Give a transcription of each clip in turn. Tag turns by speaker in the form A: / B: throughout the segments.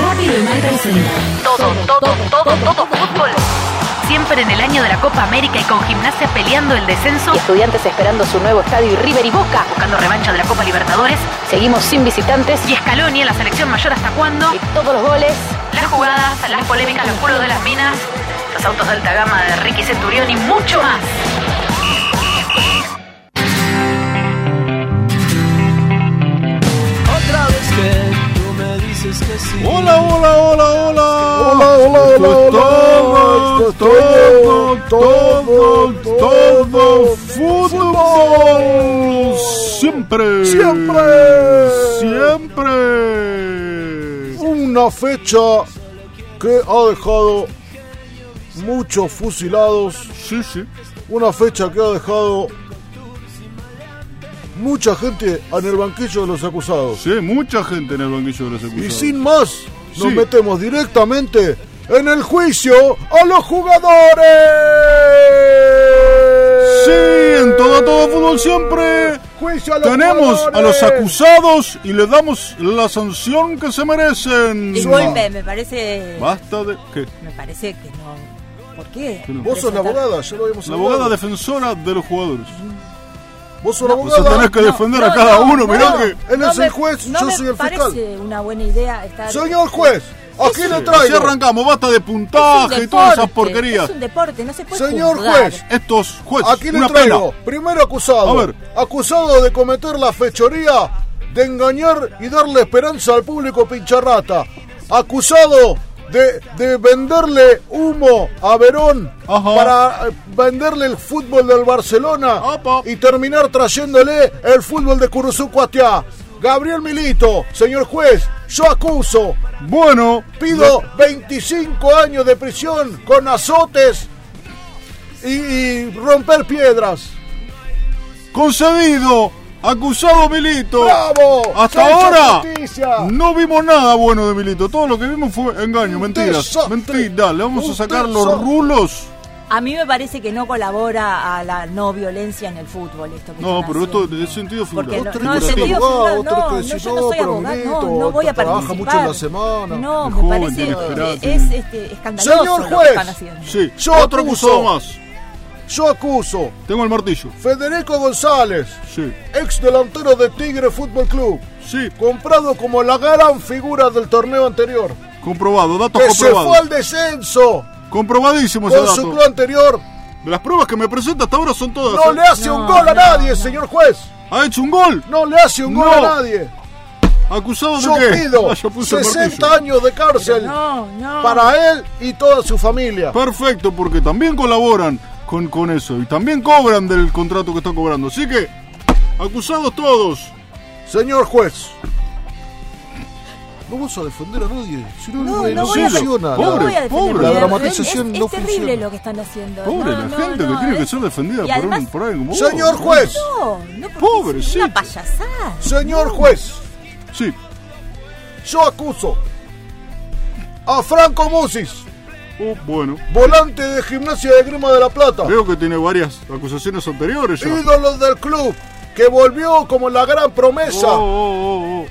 A: Rocky del Mar presenta.
B: Todo, todo, todo, todo fútbol. Siempre en el año de la Copa América y con gimnasia peleando el descenso,
C: y estudiantes esperando su nuevo estadio y River y Boca.
B: buscando revancha de la Copa Libertadores
C: Seguimos sin visitantes
B: y Scaloni en la selección mayor hasta cuándo.
C: y todos los goles.
B: Las jugadas, las polémicas, los culos de las minas, los autos de alta gama de Ricky Centurión y mucho más.
D: Otra vez que tú me dices que sí.
E: Hola, hola, hola, hola.
F: Hola, hola, hola, hola.
E: Todo,
F: Esto es todo,
E: todo,
F: todo,
E: todo,
F: todo
E: fútbol. Siempre.
F: Siempre.
E: Siempre.
F: Una fecha que ha dejado muchos fusilados.
E: Sí, sí.
F: Una fecha que ha dejado mucha gente en el banquillo de los acusados.
E: Sí, mucha gente en el banquillo de los
F: Y
E: acusados.
F: sin más, nos
E: Sí.
F: metemos directamente en el juicio a los jugadores.
E: Sí, en todo, todo fútbol siempre.
F: Juicio a los
E: Tenemos a los
F: jugadores.
E: acusados y les damos la sanción que se merecen.
G: Disculpe, me parece.
E: Basta de... ¿Qué?
G: Me parece que no. ¿Por qué?
E: Que no.
F: Vos sos la
G: Presentar-
F: abogada, ya lo habíamos
E: La
F: hablado.
E: abogada defensora de los jugadores.
F: Vos sos la
E: Vos
F: abogada.
E: tenés que defender a cada uno, mirá que...
F: Él es
G: me-
F: el juez,
G: no
F: yo
G: me
F: soy el
G: parece
F: fiscal.
G: una buena idea estar.
F: Señor juez, aquí le
E: Así
F: traigo.
E: arrancamos, basta de
G: Es un
E: puntaje y todas esas porquerías.
G: Es un deporte, no se puede
F: Señor
G: juzgar.
F: juez,
E: Estos jueces,
F: Aquí le
E: una
F: traigo.
E: pena.
F: Primero acusado.
E: A ver.
F: Acusado de cometer la fechoría de engañar y darle esperanza al público pincharrata. Acusado de, de venderle humo a Verón
E: Ajá.
F: para eh, venderle el fútbol del Barcelona
E: Opa.
F: y terminar trayéndole el fútbol de Curuzú Cuatiá. Gabriel Milito, señor juez, yo acuso
E: Bueno,
F: Pido 25 años de prisión con azotes y, y romper piedras.
E: concedido, acusado Milito.
F: ¡Bravo!
E: Hasta
F: ¡Se hizo
E: ahora
F: justicia!
E: no vimos nada bueno de Milito. Todo lo que vimos fue engaño,
F: Un
E: mentiras.
F: desastre.
E: Mentiras, le vamos a
F: Un
E: sacar los
F: desastre.
E: rulos.
G: A mí me parece que no colabora a la no violencia en el fútbol esto que
E: No,
G: están
E: pero esto
G: haciendo.
E: es sentido figurado.
G: Porque no,
F: Otro
G: no, en
F: que
G: sentido
F: abogado,
G: figurado,
F: otro
G: no,
F: que
G: no,
F: dice,
G: yo no
F: no,
G: soy
F: pero
G: abogado, no,
F: Milito,
G: no voy a
F: trabaja
G: participar.
F: mucho en la semana.
G: No,
E: Es
G: me
E: joven,
G: parece
E: inexperante.
G: es este, escandaloso
F: Señor
G: lo que
F: juez.
G: están haciendo.
E: Sí,
F: Yo
E: otro
F: acuso.
E: acusado más.
F: Yo acuso
E: Tengo el martillo.
F: Federico González,
E: Sí,
F: ex delantero de Tigre Fútbol Club,
E: sí,
F: comprado como la gran figura del torneo anterior,
E: comprobado, datos
F: que se fue
E: comprobados.
F: al descenso
E: Comprobadísimo ese
F: con su
E: Pues dato.
F: club anterior,
E: De las pruebas que me presenta hasta ahora son todas.
F: no
E: ¿eh?
F: le hace un
G: No,
F: gol a
G: no,
F: nadie,
G: no.
F: señor juez.
E: Ha hecho un gol.
F: No le hace un gol
E: No.
F: a nadie.
E: ¿Acusado de
F: Yo
E: qué?
F: pido
E: Ah, yo puse el
F: 60
E: martillo.
F: años de cárcel
G: No, no.
F: para él y toda su familia.
E: Perfecto, porque también colaboran con, con eso y también cobran del contrato que están cobrando. Así que, acusados todos.
F: Señor juez. No vas a defender a nadie. Si no,
G: No,
F: eh,
G: no voy a-
F: funciona.
G: No
E: Pobre,
G: voy a defender
E: pobre.
G: a
E: La
G: nadie.
F: dramatización
G: es,
F: no
G: es terrible
F: funciona.
G: lo que están haciendo.
E: Pobre
G: No,
E: la
G: no,
E: gente que
G: no,
E: tiene que
G: es-
E: ser defendida
G: y
E: por
G: además-
E: un por alguien como vos.
F: Señor juez.
G: No, no, porque es
E: Pobrecito.
G: una payasada.
F: Señor juez.
E: Sí.
F: Yo acuso a Franco Musis,
E: Oh, bueno,
F: volante de gimnasia de Grima de la Plata,
E: veo que tiene varias acusaciones anteriores ya.
F: ídolo del club, que volvió como la gran promesa
E: Oh, oh, oh, oh.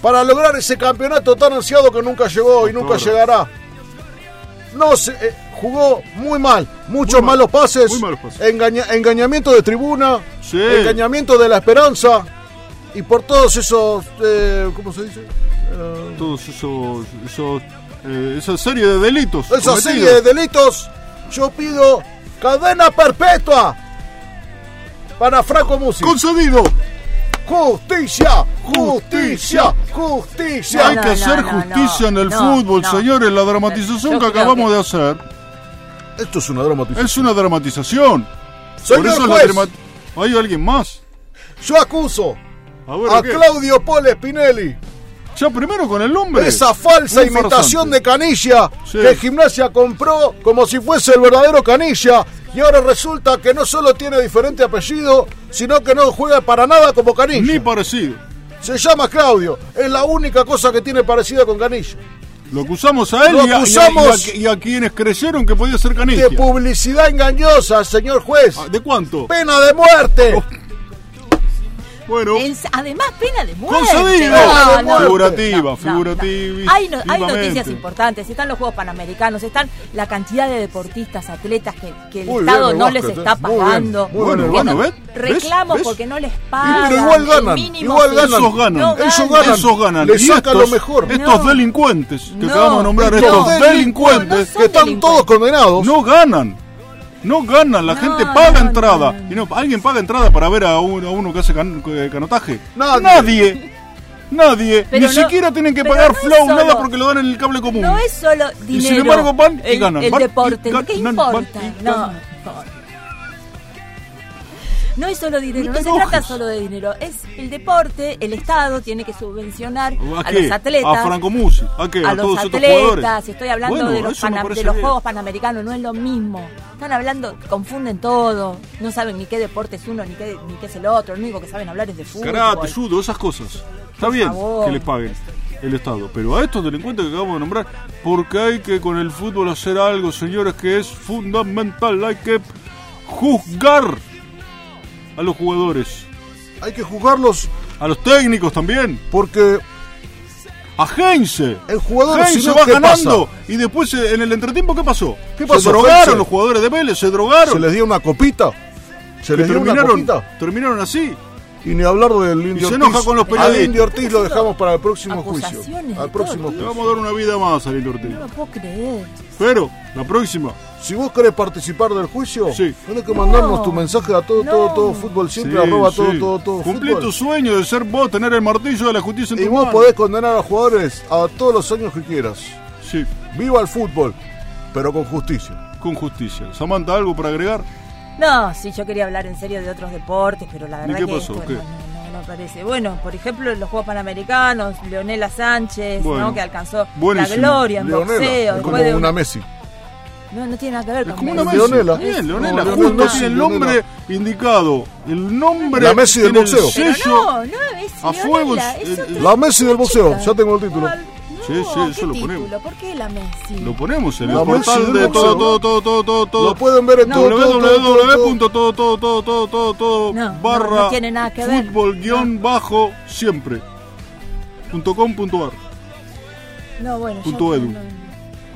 F: para lograr ese campeonato tan ansiado que nunca llegó y nunca
E: Doctor.
F: llegará. No se eh, jugó muy mal, muchos
E: Muy mal,
F: malos pases,
E: muy malos pases.
F: engaña- engañamiento de tribuna,
E: Sí.
F: engañamiento de la esperanza y por todos esos, eh, ¿cómo se dice? Eh,
E: Todos esos, esos, eh, esa serie de delitos.
F: esa
E: cometidos.
F: serie de delitos, yo pido cadena perpetua para Franco Musi.
E: Concedido.
F: Justicia, justicia, justicia.
E: Hay
G: no,
E: que
G: no,
E: hacer
G: no,
E: justicia
G: no,
E: en el
G: no,
E: fútbol,
G: no.
E: señores. La dramatización
G: Yo
E: que
G: creo
E: acabamos
G: que-
E: de hacer
F: Esto es una dramatización.
E: es una dramatización. Por
F: Señor
E: eso es la
F: juez,
E: drama- ¿Hay alguien más?
F: yo acuso
E: A ver,
F: a
E: ¿qué?
F: Claudio Pole Spinelli.
E: Ya primero con el nombre.
F: Esa falsa
E: Un
F: imitación
E: farsante.
F: de Canilla
E: Sí.
F: que Gimnasia compró como si fuese el verdadero Canilla. Y ahora resulta que no solo tiene diferente apellido, sino que no juega para nada como Canilla.
E: Ni parecido.
F: Se llama Claudio. Es la única cosa que tiene parecida con Canilla.
E: Lo acusamos a él
F: Lo
E: y, a, y a-
F: acusamos.
E: y a- y a quienes creyeron que podía ser Canilla.
F: De publicidad engañosa, señor juez.
E: Ah, ¿De cuánto?
F: Pena de muerte.
E: Bueno,
G: En- además, pena de muerte.
E: Concedida.
G: No, no,
E: Figurativa,
G: no, no,
E: figurativi-
G: no. Hay, no- hay
E: vivamente.
G: noticias importantes. Están los Juegos Panamericanos, están la cantidad de deportistas, atletas que, que el
F: Muy bien
G: Estado
F: el
G: no les
F: básquet,
G: está
F: eh. Muy bien,
G: pagando.
F: muy bueno el
G: Bueno,
E: básquet. ¿Ves?
G: Reclamos
E: ¿Ves?
G: porque no les pagan.
F: pero igual
G: el
F: ganan,
G: mínimo
F: igual
G: sí.
F: ganan.
E: Esos ganan.
G: No ganan.
F: Esos ganan.
E: Esos ganan.
F: Les
E: Y
F: saca
E: estos-
F: lo mejor.
E: Estos
G: No.
E: delincuentes que
G: No.
E: acabamos de nombrar,
G: No.
E: estos
G: No, no
E: delincuentes
G: son
F: que están
G: delincuentes.
F: todos condenados.
E: no ganan. No ganan, la
G: No,
E: gente paga
G: no,
E: entrada.
G: no, no.
E: Y no, ¿Alguien paga entrada para ver a un- a uno, que hace can- eh, canotaje?
F: Nadie.
E: Nadie. Nadie.
G: Pero
E: Ni
G: no-
E: siquiera tienen que
G: pero
E: pagar
G: no es
E: flow,
G: solo-
E: nada porque lo dan en el cable común.
G: No es solo
E: Y
G: dinero.
E: sin embargo van y
G: el,
E: ganan,
G: el
E: van y
G: deporte,
E: ganan,
G: ¿qué
E: van
G: importa?
E: y
G: No,
E: ganan.
G: no. No es solo dinero,
E: No
G: no,
E: te
G: se
E: enojes.
G: trata solo de dinero, es el deporte, el Estado tiene que subvencionar
E: ¿A,
G: a,
E: qué?
G: los atletas.
E: ¿A Franco Musi? ¿A qué?
G: a
E: ¿A, todos
G: los
E: estos jugadores?
G: atletas, estoy hablando
E: Bueno,
G: de, los,
E: eso me
G: pana-
E: parece
G: de los
E: bien.
G: Juegos Panamericanos, no es lo mismo. Están hablando, confunden todo, no saben ni qué deporte es uno, ni qué, ni qué es el otro, lo único que saben hablar es de fútbol.
E: Karate, judo, esas cosas. Está bien
G: favor.
E: que les paguen el Estado. Pero a estos delincuentes que acabamos de nombrar, porque hay que con el fútbol hacer algo, señores, que es fundamental. Hay que juzgar a los jugadores,
F: Hay que juzgarlos
E: a los técnicos también,
F: porque
E: a Heinze.
F: El jugador,
E: Heinze
F: si no,
E: va
F: ¿qué
E: ganando. Y después eh, en el entretiempo, ¿qué pasó?
F: ¿Qué pasó,
E: Se drogaron
F: Heinze?
E: los jugadores de Vélez, se drogaron.
F: se les dio una copita. Se
E: que
F: les dio una
E: terminaron,
F: copita.
E: terminaron así.
F: Y ni hablar del Indio
E: se
F: Ortiz.
E: enoja con los
F: Al
E: periodistas.
F: Indio Ortiz lo dejamos para el próximo juicio.
G: Acusaciones de
F: Al
G: todo
F: próximo
E: Le
G: tipo.
F: juicio.
E: vamos a dar una vida más a Lili Ortiz.
G: No lo puedo creer.
E: Pero, la próxima,
F: Si vos querés participar del juicio,
E: Sí.
F: tenés que mandarnos
G: No.
F: tu mensaje a todo,
G: No.
F: todo, todo fútbol siempre,
E: Sí,
F: arroba
E: sí.
F: todo, todo, todo
E: Cumplí
F: fútbol.
E: tu sueño de ser vos, tener el martillo de la justicia en
F: Y
E: tu
F: vos
E: mano.
F: podés condenar a jugadores a todos los años que quieras.
E: Sí,
F: Viva el fútbol, pero con justicia.
E: con justicia. Samantha, ¿algo para agregar?
G: No, sí, yo quería hablar en serio de otros deportes, pero la
E: ¿Y
G: verdad
E: qué
G: que
E: pasó?
G: esto
E: ¿Qué?
G: No, no- no- no parece. Bueno, por ejemplo, los Juegos Panamericanos, Leonela Sánchez,
E: Bueno.
G: ¿no? que alcanzó
E: Buenísimo.
G: la gloria en boxeo.
F: Leonela, es
G: después
F: como
G: de un-
F: una Messi.
G: No, no tiene nada que ver
E: Es
G: con
E: como una
G: Messi.
E: Messi.
F: Leonela.
E: Bien, Leonela.
F: No, Leonela
E: justo
F: Messi,
E: tiene el
F: Leonela.
E: nombre indicado. El nombre.
F: La Messi del
E: tiene
F: boxeo.
E: El
G: Pero
E: sello.
G: no, no, es
E: a
G: Leonela,
E: fuego,
G: es
E: eh,
G: otra
F: La Messi del boxeo,
G: chica.
F: ya tengo el título.
G: ¿Cuál?
E: Sí,
G: No,
E: sí, eso
G: ¿qué
E: lo
G: título?
E: ponemos.
G: ¿Por qué la Messi?
E: Lo ponemos en
F: La
E: el portal
F: Messi
E: de
F: del
E: todo, todo,
F: boxeo.
E: todo, todo, todo, todo.
F: Lo pueden ver en todo, todo, todo, todo, todo.
E: www.todotodotodotodotodo
G: No, no,
E: barra
G: no tiene nada que ver.
E: fútbol guión bajo siempre punto com punto ar.
G: No, bueno, yo
E: Punto edu.
G: no-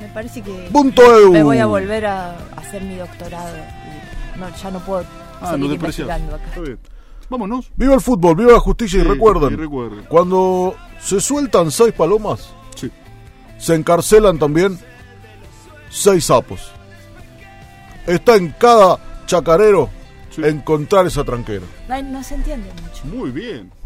G: me parece que
F: Punto E
G: me
F: edu.
G: voy a volver a hacer mi doctorado. y No, ya no puedo
E: Ah,
G: seguir
E: no despreciás.
G: investigando acá.
E: Está bien. Vámonos.
F: Viva el fútbol, viva la justicia y
E: Sí,
F: recuerden,
E: y recuerden.
F: cuando se sueltan seis palomas,
E: Sí.
F: se encarcelan también seis sapos. Está en cada chacarero
E: Sí.
F: encontrar esa tranquera.
G: No, hay- no se entiende mucho.
E: Muy bien.